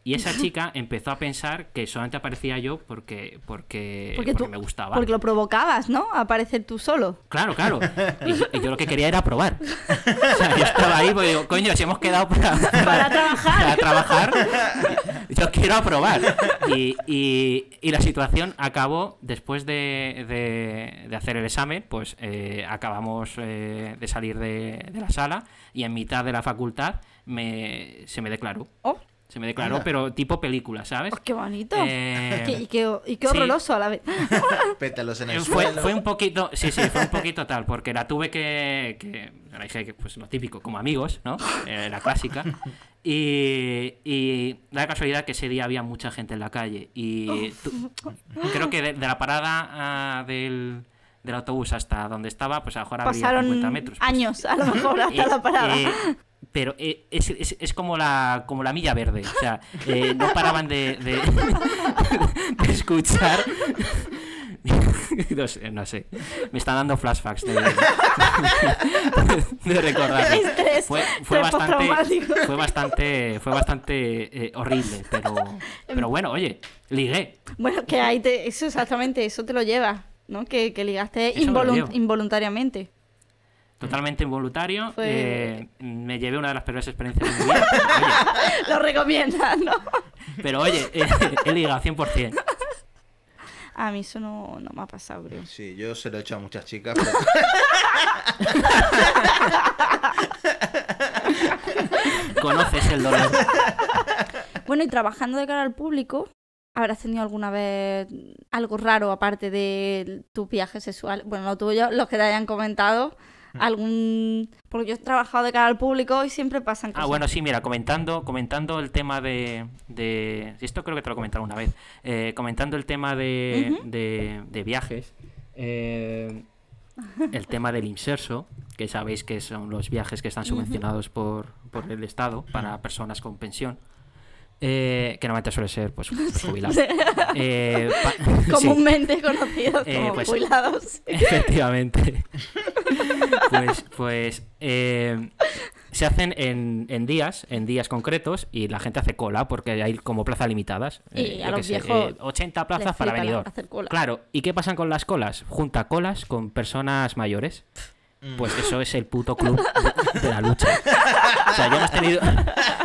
[SPEAKER 3] Y esa chica empezó a pensar que solamente aparecía yo porque porque, porque me gustaba.
[SPEAKER 2] Porque lo provocabas, ¿no? A Aparecer tú solo.
[SPEAKER 3] Claro, claro. Y yo, y yo lo que quería era probar. O sea, yo estaba ahí porque digo, coño, si hemos quedado para,
[SPEAKER 2] Para trabajar.
[SPEAKER 3] para trabajar, yo quiero probar. Y, y- y la situación acabó después de, de- de hacer el examen, pues eh, acabamos eh, de salir de, de la sala y en mitad de la facultad me, se me declaró.
[SPEAKER 2] ¡Oh!
[SPEAKER 3] Se me declaró,
[SPEAKER 1] Anda.
[SPEAKER 3] pero tipo película, ¿sabes?
[SPEAKER 2] oh, ¡Qué bonito!
[SPEAKER 3] Eh,
[SPEAKER 2] Qué- y, qué, y qué
[SPEAKER 3] sí.
[SPEAKER 2] horroroso a la vez.
[SPEAKER 1] Pétalos en
[SPEAKER 3] Eh,
[SPEAKER 1] el
[SPEAKER 3] fue,
[SPEAKER 1] suelo.
[SPEAKER 3] fue un poquito, sí, sí, fue un poquito tal, porque la tuve que, que la dije que, pues lo típico, como amigos, ¿no? Eh, la clásica. Y, y la casualidad que ese día había mucha gente en la calle. Y tu- creo que de, de la parada ah, del, del autobús hasta donde estaba, pues a lo mejor habría 50
[SPEAKER 2] Pasaron
[SPEAKER 3] metros. pues.
[SPEAKER 2] años, a lo mejor, hasta
[SPEAKER 3] Eh,
[SPEAKER 2] la parada.
[SPEAKER 3] eh, pero eh, es, es- es como la como la milla verde. O sea, eh, no paraban de, de- de escuchar. No sé, no sé. Me están dando flashbacks de, de recordarlo.
[SPEAKER 2] Estrés,
[SPEAKER 3] Fue, fue
[SPEAKER 2] estrés
[SPEAKER 3] bastante,
[SPEAKER 2] postraumático.
[SPEAKER 3] fue bastante, fue bastante eh, horrible, pero, pero bueno, oye, ligué.
[SPEAKER 2] Bueno, que ahí te... Eso exactamente, eso te lo llevas, ¿no? Que, que ligaste
[SPEAKER 3] Eso me lo
[SPEAKER 2] involu-
[SPEAKER 3] llevo.
[SPEAKER 2] involuntariamente.
[SPEAKER 3] Totalmente involuntario.
[SPEAKER 2] Fue-
[SPEAKER 3] eh, me llevé una de las peores experiencias de mi vida. Oye,
[SPEAKER 2] lo recomiendas, ¿no?
[SPEAKER 3] Pero oye, eh, he ligado 100%.
[SPEAKER 2] A mí eso no, no me ha pasado, creo.
[SPEAKER 1] Sí, yo se lo he hecho a muchas chicas. pero-
[SPEAKER 3] Conoces el dolor.
[SPEAKER 2] Bueno, y trabajando de cara al público, ¿habrás tenido alguna vez algo raro aparte de tu viaje sexual? Bueno, lo tuyo, los que te hayan comentado,
[SPEAKER 3] Mm.
[SPEAKER 2] algún... Porque yo he trabajado de cara al público y siempre pasan cosas.
[SPEAKER 3] Ah, bueno, sí, mira, comentando, comentando el tema de, de- Esto creo que te lo he comentado una vez. Eh, comentando el tema de, de, de viajes. eh, el tema del inserso, que sabéis que son los viajes que están subvencionados por, por el Estado para personas con pensión. eh, que normalmente suele ser pues jubilado. Eh, pa- sí,
[SPEAKER 2] Comúnmente conocidos
[SPEAKER 3] Eh,
[SPEAKER 2] como
[SPEAKER 3] pues-
[SPEAKER 2] jubilados.
[SPEAKER 3] efectivamente. pues pues eh, se hacen en, en días, en días concretos, y la gente hace cola porque hay como plazas limitadas. Eh,
[SPEAKER 2] Y
[SPEAKER 3] yo
[SPEAKER 2] a los
[SPEAKER 3] qué sé,
[SPEAKER 2] viejos
[SPEAKER 3] 80
[SPEAKER 2] Les
[SPEAKER 3] plazas para
[SPEAKER 2] flipa
[SPEAKER 3] venidor.
[SPEAKER 2] hacer cola.
[SPEAKER 3] Claro, ¿y qué pasan con las colas? Junta colas con personas mayores. Pues eso es el puto club de, de la lucha. O sea, ya hemos tenido,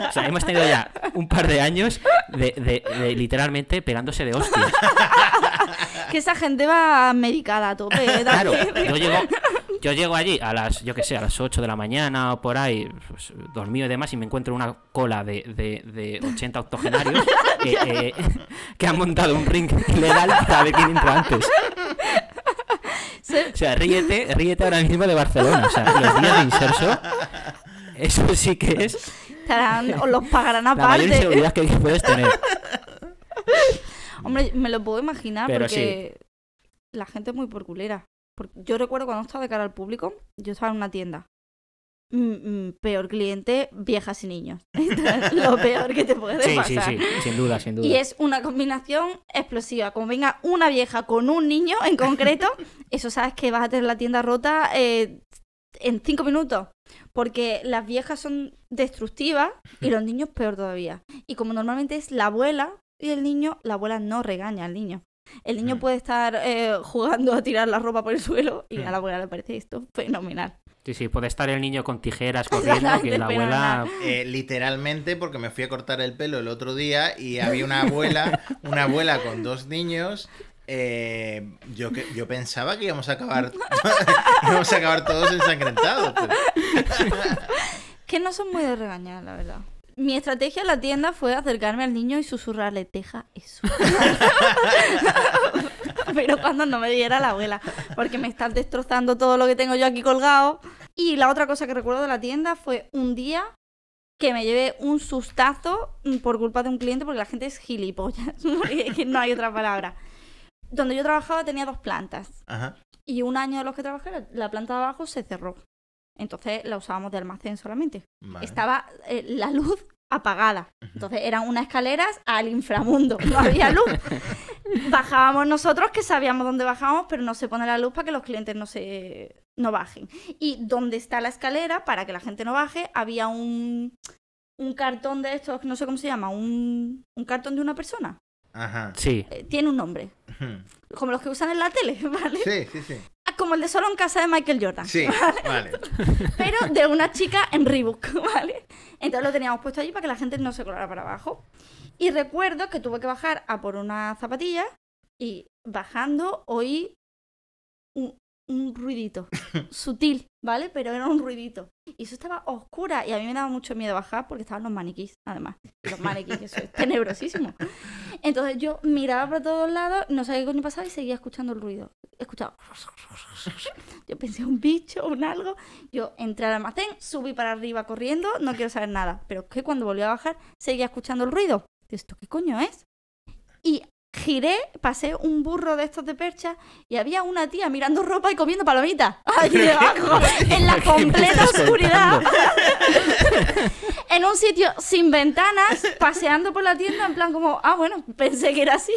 [SPEAKER 3] o sea, hemos tenido ya un par de años de, de- de literalmente pegándose de hostias.
[SPEAKER 2] Que esa gente va medicada a tope. ¿eh?
[SPEAKER 3] Ah. Claro,
[SPEAKER 2] También.
[SPEAKER 3] yo llego, yo llego allí a las, yo qué sé, a las 8 de la mañana o por ahí, pues, dormido y demás, y me encuentro una cola de, de, de 80 octogenarios eh, eh, que han montado un ring legal para ver quién entra antes.
[SPEAKER 2] Se-
[SPEAKER 3] O sea, ríete, ríete ahora mismo de Barcelona. O sea, los días de inserso, eso sí que es
[SPEAKER 2] estarán- o los pagarán
[SPEAKER 3] la mayor
[SPEAKER 2] aparte.
[SPEAKER 3] inseguridad que puedes tener.
[SPEAKER 2] Hombre, me lo puedo imaginar
[SPEAKER 3] Pero
[SPEAKER 2] porque la gente es muy por culera. Porque yo recuerdo cuando estaba de cara al público, yo estaba en una tienda. Mm, mm, peor cliente, viejas y niños. lo peor que te puede
[SPEAKER 3] Sí,
[SPEAKER 2] pasar.
[SPEAKER 3] sí, sí, sin duda, sin duda.
[SPEAKER 2] Y es una combinación explosiva. Como venga una vieja con un niño en concreto, eso sabes que vas a tener la tienda rota eh, en cinco minutos. Porque las viejas son destructivas y los niños peor todavía. Y como normalmente es la abuela y el niño, la abuela no regaña al niño. El niño
[SPEAKER 1] Mm.
[SPEAKER 2] puede estar eh, jugando a tirar la ropa por el suelo y a
[SPEAKER 1] Mm.
[SPEAKER 2] la abuela le parece esto fenomenal.
[SPEAKER 3] Sí, sí, puede estar el niño con tijeras corriendo, que la
[SPEAKER 2] Pero
[SPEAKER 3] abuela...
[SPEAKER 1] Eh, literalmente porque me fui a cortar el pelo el otro día y había una abuela, una abuela con dos niños. eh, yo que yo pensaba que íbamos a acabar íbamos a acabar todos ensangrentados. pero-
[SPEAKER 2] Que no son muy de regañar, la verdad. Mi estrategia en la tienda fue acercarme al niño y susurrarle, deja eso. Pero cuando no me diera la abuela, porque me están destrozando todo lo que tengo yo aquí colgado. Y la otra cosa que recuerdo de la tienda fue un día que me llevé un sustazo mm, por culpa de un cliente, porque la gente es gilipollas, porque es que no hay otra palabra. Donde yo trabajaba tenía dos plantas.
[SPEAKER 1] Ajá.
[SPEAKER 2] Y un año de los que trabajé, la- la planta de abajo se cerró. Entonces la usábamos de almacén solamente.
[SPEAKER 1] vale.
[SPEAKER 2] Estaba eh, la luz apagada. Entonces eran unas escaleras al inframundo. No había luz. Bajábamos nosotros, que sabíamos dónde bajábamos, pero no se pone la luz para que los clientes no se no bajen. Y donde está la escalera, para que la gente no baje, había un, un cartón de estos, no sé cómo se llama, un, un cartón de una persona.
[SPEAKER 1] Ajá.
[SPEAKER 3] Sí,
[SPEAKER 2] Eh, tiene un nombre, como los que usan en la tele, ¿vale?
[SPEAKER 1] Sí, sí, sí.
[SPEAKER 2] Ah, Como el de solo en casa de Michael Jordan.
[SPEAKER 1] Sí, vale.
[SPEAKER 2] pero de una chica en Reebok, ¿vale? Entonces lo teníamos puesto allí para que la gente no se colara para abajo. Y recuerdo que tuve que bajar a por una zapatilla y bajando oí un, un ruidito sutil, ¿vale? Pero era un ruidito. Y eso estaba oscura y a mí me daba mucho miedo bajar porque estaban los maniquís, además. Los maniquís, eso es tenebrosísimo. Entonces yo miraba para todos lados, no sabía qué coño pasaba y seguía escuchando el ruido. Escuchaba. Yo pensé un bicho, un algo. Yo entré al almacén, subí para arriba corriendo, no quiero saber nada. Pero es que cuando volví a bajar seguía escuchando el ruido. Digo, ¿Esto qué coño es? Y giré, pasé un burro de estos de percha y había una tía mirando ropa y comiendo palomitas. Allí debajo, en la
[SPEAKER 3] ¿Qué me
[SPEAKER 2] completa
[SPEAKER 3] estás
[SPEAKER 2] oscuridad.
[SPEAKER 3] contando?
[SPEAKER 2] En un sitio sin ventanas, paseando por la tienda, en plan como, ah, bueno, pensé que era así.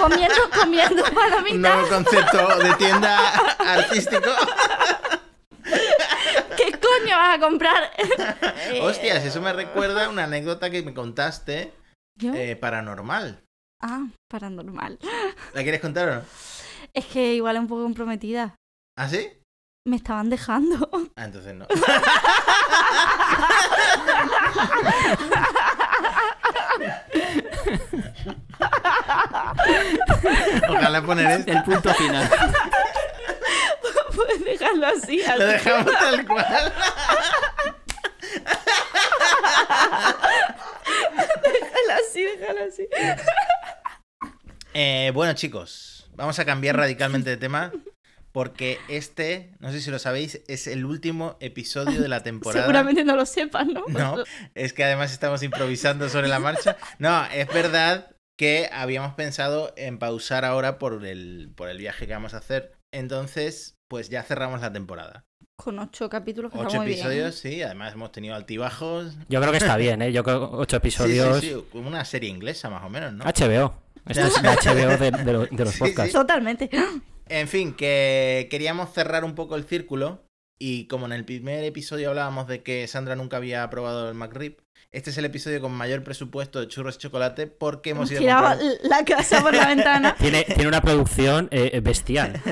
[SPEAKER 2] Comiendo, comiendo
[SPEAKER 1] Un
[SPEAKER 2] palomitas.
[SPEAKER 1] nuevo concepto de tienda artístico.
[SPEAKER 2] ¿Qué coño vas a comprar? Eh.
[SPEAKER 1] Hostias, eso me recuerda una anécdota que me contaste
[SPEAKER 2] Yo,
[SPEAKER 1] eh, paranormal.
[SPEAKER 2] ah, paranormal.
[SPEAKER 1] ¿La quieres contar o no?
[SPEAKER 2] Es que igual es un poco comprometida.
[SPEAKER 1] ¿Ah, sí?
[SPEAKER 2] Me estaban dejando.
[SPEAKER 1] Ah, entonces no. Ojalá poner esto.
[SPEAKER 3] el punto final.
[SPEAKER 2] Puedes dejarlo así. así.
[SPEAKER 1] Lo dejamos tal cual.
[SPEAKER 2] Déjalo así, déjalo así.
[SPEAKER 1] Eh, bueno, chicos, vamos a cambiar radicalmente de tema. Porque este, no sé si lo sabéis, es el último episodio de la temporada.
[SPEAKER 2] Seguramente no lo sepan, ¿no?
[SPEAKER 1] No, es que además estamos improvisando sobre la marcha. No, es verdad que habíamos pensado en pausar ahora por el, por el viaje que vamos a hacer. Entonces, pues ya cerramos la temporada.
[SPEAKER 2] Con ocho capítulos que está
[SPEAKER 1] Ocho
[SPEAKER 2] muy bien, ¿eh?
[SPEAKER 1] episodios, sí. Además hemos tenido altibajos.
[SPEAKER 3] Yo creo que está bien, ¿eh? Yo creo que ocho Ah.
[SPEAKER 1] Sí, sí,
[SPEAKER 3] episodios.
[SPEAKER 1] sí, como Una serie inglesa, más o menos, ¿no?
[SPEAKER 3] HBO. Esto es la HBO de, de lo- de los
[SPEAKER 1] Sí,
[SPEAKER 3] podcasts.
[SPEAKER 2] Totalmente.
[SPEAKER 1] En fin, que queríamos cerrar un poco el círculo. Y como en el primer episodio hablábamos de que Sandra nunca había probado el McRib, este es el episodio con mayor presupuesto de churros y chocolate porque hemos ido a
[SPEAKER 2] Tiraba
[SPEAKER 1] comprar-
[SPEAKER 2] la casa por la ventana.
[SPEAKER 3] Tiene, tiene una producción eh, bestial.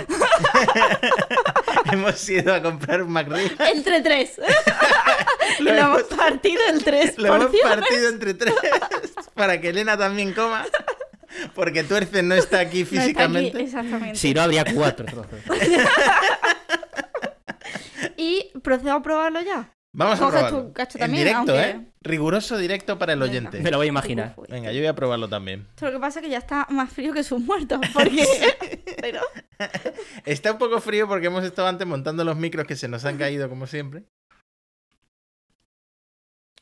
[SPEAKER 1] hemos ido a comprar un McRib.
[SPEAKER 2] Entre tres. Y lo hemos partido en tres
[SPEAKER 1] Lo hemos
[SPEAKER 2] porciones.
[SPEAKER 1] partido entre tres para que Elena también coma. Porque Tuerce no está aquí
[SPEAKER 2] No está aquí,
[SPEAKER 1] físicamente.
[SPEAKER 2] exactamente.
[SPEAKER 3] Si no, habría cuatro trozos.
[SPEAKER 2] Y procedo a probarlo ya.
[SPEAKER 1] Vamos a
[SPEAKER 2] Coges
[SPEAKER 1] probarlo.
[SPEAKER 2] tu cacho
[SPEAKER 1] en
[SPEAKER 2] también,
[SPEAKER 1] directo,
[SPEAKER 2] aunque-
[SPEAKER 1] ¿eh? Riguroso directo para el
[SPEAKER 2] Venga.
[SPEAKER 1] oyente.
[SPEAKER 3] Me lo voy a imaginar.
[SPEAKER 2] Uf, uy.
[SPEAKER 1] Venga, yo voy a probarlo también.
[SPEAKER 2] Lo que pasa es que ya está más frío que sus muertos. Porque. Pero.
[SPEAKER 1] Está un poco frío porque hemos estado antes montando los micros que se nos han caído como siempre.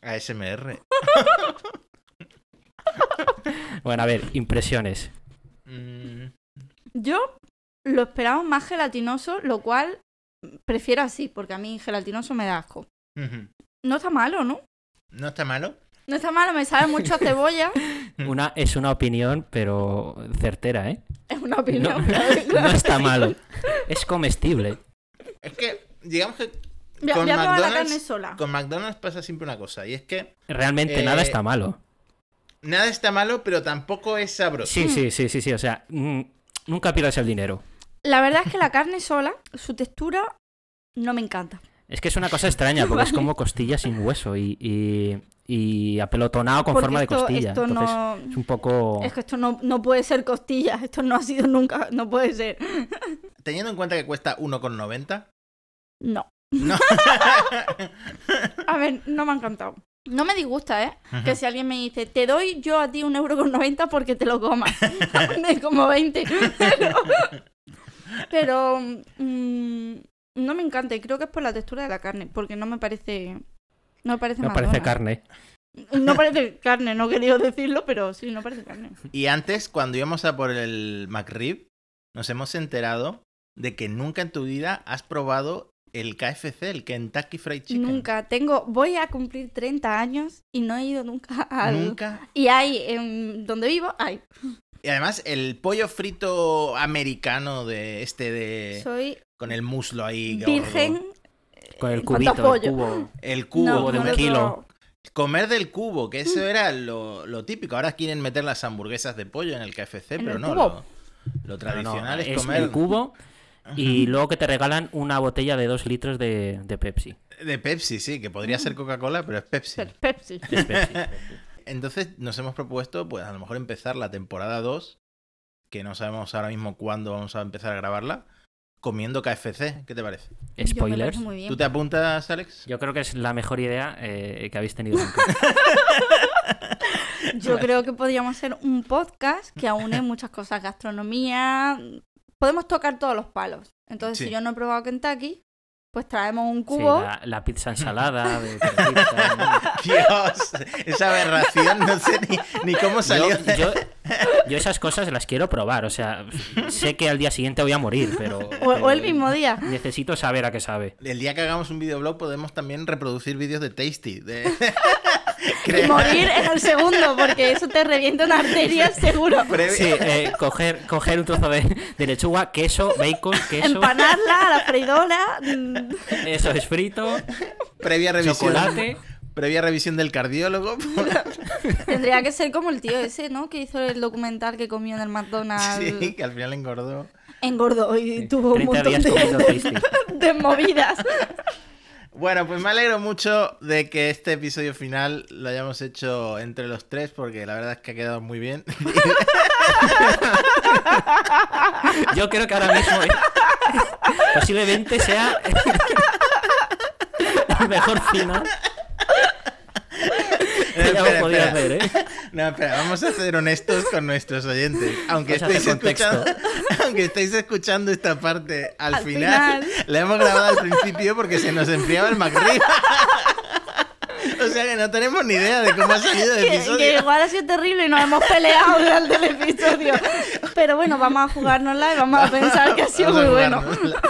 [SPEAKER 1] ASMR.
[SPEAKER 3] Bueno, a ver, impresiones.
[SPEAKER 1] Mm,
[SPEAKER 2] Yo lo esperaba más gelatinoso, lo cual prefiero así, porque a mí gelatinoso me da asco.
[SPEAKER 1] ujú.
[SPEAKER 2] No está malo, ¿no?
[SPEAKER 1] ¿No está malo?
[SPEAKER 2] No está malo, me sabe mucho a cebolla.
[SPEAKER 1] Mm.
[SPEAKER 3] Una, es una opinión, pero certera, ¿eh?
[SPEAKER 2] Es una
[SPEAKER 3] No,
[SPEAKER 2] opinión.
[SPEAKER 3] no está malo. Es comestible.
[SPEAKER 1] Es que, digamos que
[SPEAKER 2] Voy a
[SPEAKER 1] Con
[SPEAKER 2] voy a probar la
[SPEAKER 1] McDonald's,
[SPEAKER 2] carne sola.
[SPEAKER 1] con McDonald's pasa siempre una cosa, y es que
[SPEAKER 3] Realmente
[SPEAKER 1] Eh,
[SPEAKER 3] nada está malo.
[SPEAKER 1] nada está malo, pero tampoco es sabroso.
[SPEAKER 2] Mm.
[SPEAKER 3] Sí, sí, sí, sí, sí. O sea, mm, nunca pierdas el dinero.
[SPEAKER 2] La verdad es que la carne sola, su textura no me encanta.
[SPEAKER 3] Es que es una cosa extraña, porque es como costilla sin hueso y, y, y apelotonado con
[SPEAKER 2] Porque
[SPEAKER 3] forma de
[SPEAKER 2] esto-
[SPEAKER 3] costilla.
[SPEAKER 2] esto
[SPEAKER 3] Entonces,
[SPEAKER 2] no-
[SPEAKER 3] es un poco.
[SPEAKER 2] Es que esto no, no puede ser costillas, esto no ha sido nunca, no puede ser.
[SPEAKER 1] Teniendo en cuenta que cuesta 1,90.
[SPEAKER 2] No.
[SPEAKER 1] No.
[SPEAKER 2] A ver, no me ha encantado. No me disgusta, ¿eh? Que
[SPEAKER 1] Ujú.
[SPEAKER 2] si alguien me dice, te doy yo a ti un euro con 90 porque te lo comas. De como 20. Pero, pero, mm, no me encanta y creo que es por la textura de la carne, porque no me parece... No me parece
[SPEAKER 3] no parece
[SPEAKER 2] McDonald's.
[SPEAKER 3] carne.
[SPEAKER 2] No parece carne, no quería decirlo, pero sí, no parece carne.
[SPEAKER 1] Y antes, cuando íbamos a por el McRib, nos hemos enterado de que nunca en tu vida has probado el KFC, el Kentucky Fried Chicken.
[SPEAKER 2] Nunca. Tengo, voy a cumplir 30 años y no he ido nunca al...
[SPEAKER 1] Nunca
[SPEAKER 2] Y hay, en donde vivo, hay.
[SPEAKER 1] Y además, el pollo frito americano de este de.
[SPEAKER 2] Soy
[SPEAKER 1] Con el muslo ahí. gordo.
[SPEAKER 2] virgen.
[SPEAKER 3] Con el
[SPEAKER 2] En cuanto
[SPEAKER 3] cubito,
[SPEAKER 2] a
[SPEAKER 3] el
[SPEAKER 2] pollo.
[SPEAKER 3] cubo.
[SPEAKER 1] El cubo.
[SPEAKER 2] no, no
[SPEAKER 3] de
[SPEAKER 2] Mm.
[SPEAKER 3] un
[SPEAKER 2] lo he
[SPEAKER 3] kilo.
[SPEAKER 2] probado.
[SPEAKER 1] Comer del cubo, que eso era lo, lo típico. Ahora quieren meter las hamburguesas de pollo en el KFC,
[SPEAKER 2] ¿En
[SPEAKER 1] pero
[SPEAKER 2] el
[SPEAKER 1] no. Lo,
[SPEAKER 2] cubo?
[SPEAKER 1] lo
[SPEAKER 3] No, no,
[SPEAKER 1] tradicional es,
[SPEAKER 3] es
[SPEAKER 1] comer
[SPEAKER 3] el cubo y luego que te regalan una botella de dos litros de, de Pepsi.
[SPEAKER 1] de Pepsi, sí, que podría ser Coca-Cola, pero es Pepsi.
[SPEAKER 2] Pero Pepsi.
[SPEAKER 3] Es Pepsi.
[SPEAKER 1] Entonces nos hemos propuesto, pues a lo mejor empezar la temporada 2, que no sabemos ahora mismo cuándo vamos a empezar a grabarla, comiendo KFC. ¿Qué te parece?
[SPEAKER 2] Yo me
[SPEAKER 3] Spoilers.
[SPEAKER 2] parece muy bien.
[SPEAKER 1] ¿Tú te apuntas, Alex?
[SPEAKER 3] Yo creo que es la mejor idea eh, que habéis tenido nunca.
[SPEAKER 2] Yo creo que podríamos hacer un podcast que aúne muchas cosas, gastronomía. Podemos tocar todos los palos. Entonces,
[SPEAKER 1] Sí.
[SPEAKER 2] si yo no he probado Kentucky, pues traemos un
[SPEAKER 3] Sí,
[SPEAKER 2] cubo.
[SPEAKER 3] la, la pizza ensalada, de pizza, ¿no?
[SPEAKER 1] Dios, esa aberración, no sé ni, ni cómo salió.
[SPEAKER 3] Yo, yo- yo esas cosas las quiero probar, o sea, sé que al día siguiente voy a morir, pero...
[SPEAKER 2] O, o el
[SPEAKER 3] pero
[SPEAKER 2] mismo día.
[SPEAKER 3] Necesito saber a qué sabe.
[SPEAKER 1] El día que hagamos un videoblog podemos también reproducir vídeos de Tasty. De...
[SPEAKER 2] Y morir en el segundo, porque eso te revienta una arteria, seguro.
[SPEAKER 1] Previa-
[SPEAKER 3] Sí, eh, coger, coger un trozo de, de lechuga, queso, bacon, queso,
[SPEAKER 2] Empanarla a la freidora. mm,
[SPEAKER 3] eso es frito,
[SPEAKER 1] Previa revisión.
[SPEAKER 3] chocolate.
[SPEAKER 1] Previa revisión del cardiólogo.
[SPEAKER 2] Tendría que ser como el tío ese, ¿no? Que hizo el documental que comió en el McDonald's.
[SPEAKER 1] sí, que al final engordó.
[SPEAKER 2] Engordó y tuvo un
[SPEAKER 3] 30
[SPEAKER 2] montón de,
[SPEAKER 3] días comiendo tasty.
[SPEAKER 2] de movidas.
[SPEAKER 1] Bueno, pues me alegro mucho de que este episodio final lo hayamos hecho entre los tres, porque la verdad es que ha quedado muy bien.
[SPEAKER 3] Yo creo que ahora mismo eh, posiblemente sea el mejor final que
[SPEAKER 1] Espera,
[SPEAKER 3] hayamos podido
[SPEAKER 1] espera.
[SPEAKER 3] hacer, ¿eh?
[SPEAKER 1] No, espera, vamos a ser honestos con nuestros oyentes. Aunque
[SPEAKER 3] Vamos a hacer
[SPEAKER 1] estéis
[SPEAKER 3] contexto.
[SPEAKER 1] escuchando, aunque estéis escuchando esta parte al,
[SPEAKER 2] Al
[SPEAKER 1] final,
[SPEAKER 2] final.
[SPEAKER 1] la hemos grabado al principio porque se nos enfriaba el McRib. o sea que no tenemos ni idea de cómo ha salido el
[SPEAKER 2] que,
[SPEAKER 1] episodio.
[SPEAKER 2] que igual ha sido terrible y nos hemos peleado durante el episodio. Pero bueno, vamos a jugárnosla y vamos a pensar que ha sido
[SPEAKER 1] Vamos a
[SPEAKER 2] muy bueno.
[SPEAKER 1] jugárnosla.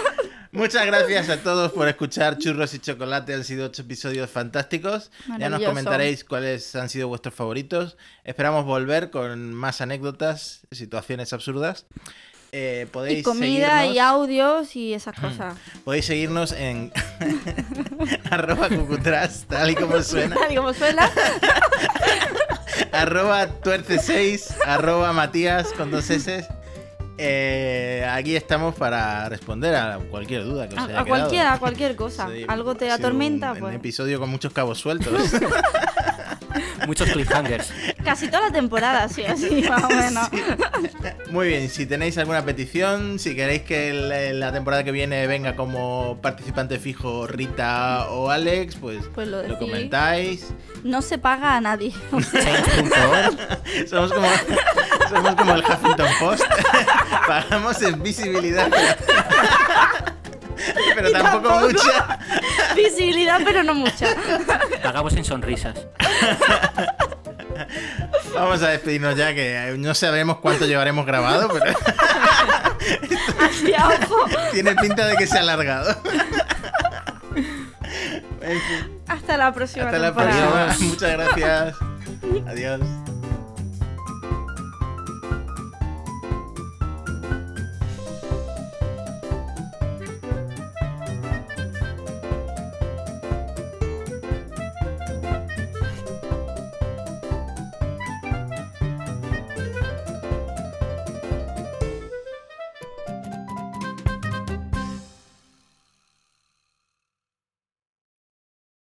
[SPEAKER 1] Muchas gracias a todos por escuchar Churros y Chocolate. Han sido ocho episodios fantásticos. Ya nos
[SPEAKER 2] Maravilloso.
[SPEAKER 1] comentaréis cuáles han sido vuestros favoritos. Esperamos volver con más anécdotas, situaciones absurdas. Eh, podéis
[SPEAKER 2] Y comida
[SPEAKER 1] seguirnos... Mm.
[SPEAKER 2] y audios y esas cosas.
[SPEAKER 1] Podéis seguirnos en arroba cucutras, tal y como suena,
[SPEAKER 2] Tal y como suena.
[SPEAKER 1] arroba tuerce6, arroba matías con dos S. Eh, aquí estamos para responder a cualquier duda que os
[SPEAKER 2] A,
[SPEAKER 1] haya
[SPEAKER 2] a
[SPEAKER 1] quedado.
[SPEAKER 2] cualquiera, a cualquier cosa.
[SPEAKER 1] Sí,
[SPEAKER 2] Algo te
[SPEAKER 1] ha sido
[SPEAKER 2] atormenta,
[SPEAKER 1] un, un
[SPEAKER 2] pues.
[SPEAKER 1] episodio con muchos cabos sueltos.
[SPEAKER 3] Muchos cliffhangers.
[SPEAKER 2] Casi toda la temporada, sí, así, más o menos.
[SPEAKER 1] Muy bien, si tenéis alguna petición, si queréis que la, la temporada que viene venga como participante fijo Rita o Alex, pues,
[SPEAKER 2] Pues lo decís.
[SPEAKER 1] comentáis.
[SPEAKER 2] No se paga a nadie. O sea,
[SPEAKER 3] Change.org.
[SPEAKER 1] Somos como, somos como el Huffington Post. Pagamos en visibilidad. Pero, pero tampoco,
[SPEAKER 2] tampoco.
[SPEAKER 1] mucha.
[SPEAKER 2] Visibilidad, pero no mucha.
[SPEAKER 3] Pagamos en sonrisas.
[SPEAKER 1] Vamos a despedirnos ya, que eh, no sabemos cuánto llevaremos grabado, pero
[SPEAKER 2] Así, a ojo.
[SPEAKER 1] tiene pinta de que se ha alargado. En fin,
[SPEAKER 2] Hasta la próxima
[SPEAKER 1] hasta la
[SPEAKER 2] temporada.
[SPEAKER 1] próxima. Muchas gracias. Adiós.